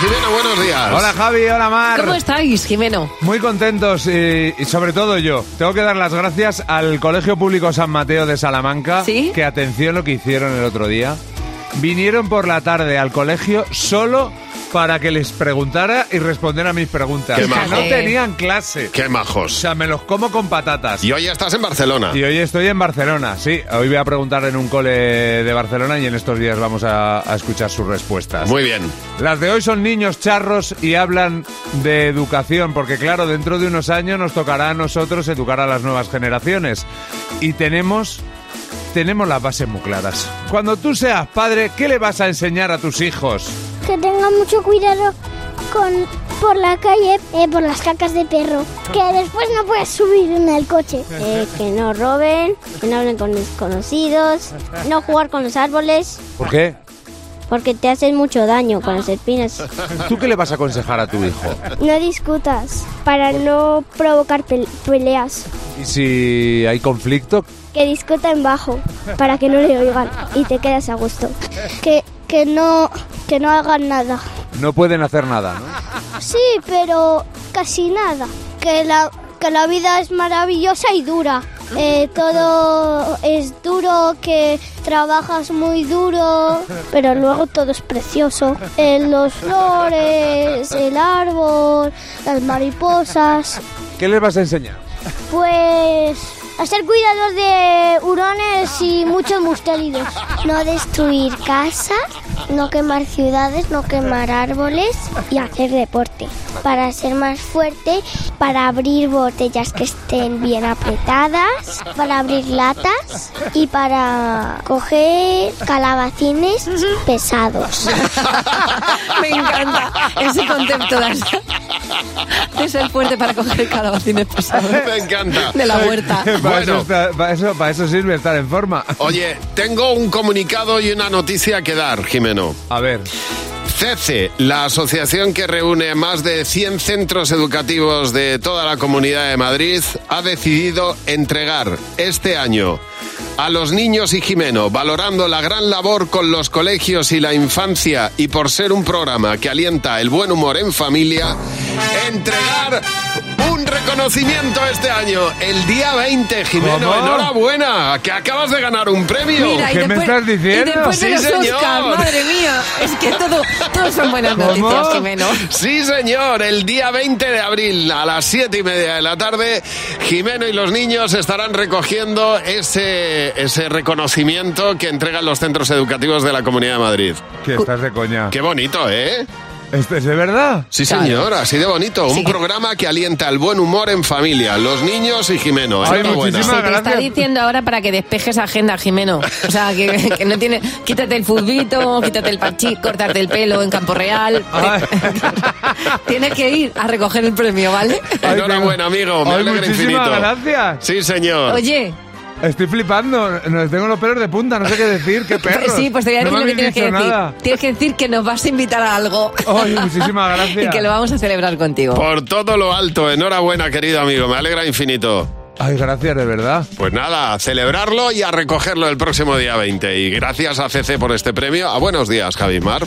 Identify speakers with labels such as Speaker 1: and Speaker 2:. Speaker 1: Jimeno, buenos días.
Speaker 2: Hola Javi, hola Mar.
Speaker 3: ¿Cómo estáis, Jimeno?
Speaker 2: Muy contentos eh, y sobre todo yo. Tengo que dar las gracias al Colegio Público San Mateo de Salamanca.
Speaker 3: ¿Sí?
Speaker 2: Que atención lo que hicieron el otro día. Vinieron por la tarde al colegio solo para que les preguntara y respondiera a mis preguntas.
Speaker 1: Qué
Speaker 2: Que
Speaker 1: majos.
Speaker 2: no tenían clase.
Speaker 1: Qué
Speaker 2: O
Speaker 1: majos.
Speaker 2: sea, me los como con patatas.
Speaker 1: Y hoy ya estás en Barcelona.
Speaker 2: Y hoy estoy en Barcelona, sí. Hoy voy a preguntar en un cole de Barcelona y en estos días vamos a, a escuchar sus respuestas.
Speaker 1: Muy bien.
Speaker 2: Las de hoy son niños charros y hablan de educación, porque claro, dentro de unos años nos tocará a nosotros educar a las nuevas generaciones. Y tenemos, tenemos las bases muy claras. Cuando tú seas padre, ¿qué le vas a enseñar a tus hijos?
Speaker 4: que tengan mucho cuidado con por la calle eh, por las cacas de perro que después no puedes subir en el coche Eh, que no roben que no hablen con desconocidos no jugar con los árboles
Speaker 2: ¿Por qué?
Speaker 4: porque te hacen mucho daño con las espinas
Speaker 2: ¿Tú qué le vas a aconsejar a tu hijo?
Speaker 4: no discutas para no provocar peleas
Speaker 2: Y si hay conflicto,
Speaker 4: que discutan bajo para que no le oigan y te quedas a gusto que que no que no hagan nada
Speaker 2: no pueden hacer nada, ¿no?
Speaker 4: Sí, pero casi nada. Que la, que la vida es maravillosa y dura. Eh, todo es duro, que trabajas muy duro, pero luego todo es precioso. Eh, los flores, el árbol, las mariposas.
Speaker 2: ¿Qué les vas a enseñar?
Speaker 4: Pues hacer cuidados de hurones y muchos mustelidos. No destruir casas, no quemar ciudades, no quemar árboles y hacer deporte. Para ser más fuerte, para abrir botellas que estén bien apretadas, para abrir latas y para coger calabacines pesados.
Speaker 3: Me encanta ese concepto de hacer- de ser fuerte para coger calabacines pesados
Speaker 1: Me encanta.
Speaker 3: Eh. de la huerta.
Speaker 2: Para,
Speaker 1: Bueno.
Speaker 2: eso está- para, eso, para eso sirve estar en forma.
Speaker 1: Oye, tengo un comunicado y una noticia que dar, Jimeno.
Speaker 2: A ver,
Speaker 1: CECE, la asociación que reúne más de 100 centros educativos de toda la comunidad de Madrid, ha decidido entregar este año a los niños y Jimeno, valorando la gran labor con los colegios y la infancia y por ser un programa que alienta el buen humor en familia, entregar un reconocimiento este año, el día 20, Jimeno.
Speaker 2: ¿Cómo?
Speaker 1: Enhorabuena, que acabas de ganar un premio.
Speaker 3: Mira, y
Speaker 2: ¿Qué me
Speaker 3: después-
Speaker 2: estás diciendo?
Speaker 3: Y después
Speaker 1: Sí,
Speaker 3: de los
Speaker 1: señor.
Speaker 3: Oscars, madre mía. Es que todo, todo son buenas
Speaker 2: ¿Cómo?
Speaker 3: noticias, Jimeno.
Speaker 1: Sí, señor, el día 20 de abril a las 7 y media de la tarde, Jimeno y los niños estarán recogiendo ese, ese reconocimiento que entregan los centros educativos de la Comunidad de Madrid.
Speaker 2: que estás de coña.
Speaker 1: Qué bonito, ¿eh?
Speaker 2: ¿Esto es de verdad?
Speaker 1: Sí, señor, así de bonito. Un programa que alienta el buen humor en familia, los niños y Jimeno.
Speaker 2: Ay,
Speaker 1: Enhorabuena.
Speaker 2: muchísimas-
Speaker 3: Se te está
Speaker 2: gracias.
Speaker 3: diciendo ahora para que despejes agenda, Jimeno. O sea, que, que no tiene. Quítate el fulbito, quítate el parchís, cortarte el pelo en Campo Real.
Speaker 2: Ay.
Speaker 3: Tienes que ir a recoger el premio, ¿vale?
Speaker 1: Enhorabuena, amigo. Me
Speaker 2: Ay,
Speaker 1: alegra
Speaker 2: muchísimas
Speaker 1: infinito.
Speaker 2: gracias.
Speaker 1: Sí, señor.
Speaker 3: Oye,
Speaker 2: Estoy flipando. Nos tengo los pelos de punta. No sé qué decir. Qué perros.
Speaker 3: sí, pues te voy a
Speaker 2: No
Speaker 3: decir
Speaker 2: me
Speaker 3: lo que
Speaker 2: habéis
Speaker 3: tienes que
Speaker 2: dicho
Speaker 3: decir.
Speaker 2: nada.
Speaker 3: Tienes que decir que nos vas a invitar a algo.
Speaker 2: Ay, muchísimas gracias.
Speaker 3: y que lo vamos a celebrar contigo.
Speaker 1: Por todo lo alto, enhorabuena, querido amigo. Me alegra infinito.
Speaker 2: Ay, gracias, de verdad.
Speaker 1: Pues nada, a celebrarlo y a recogerlo el próximo día 20. Y gracias a CC por este premio. A buenos días, Javi Mar.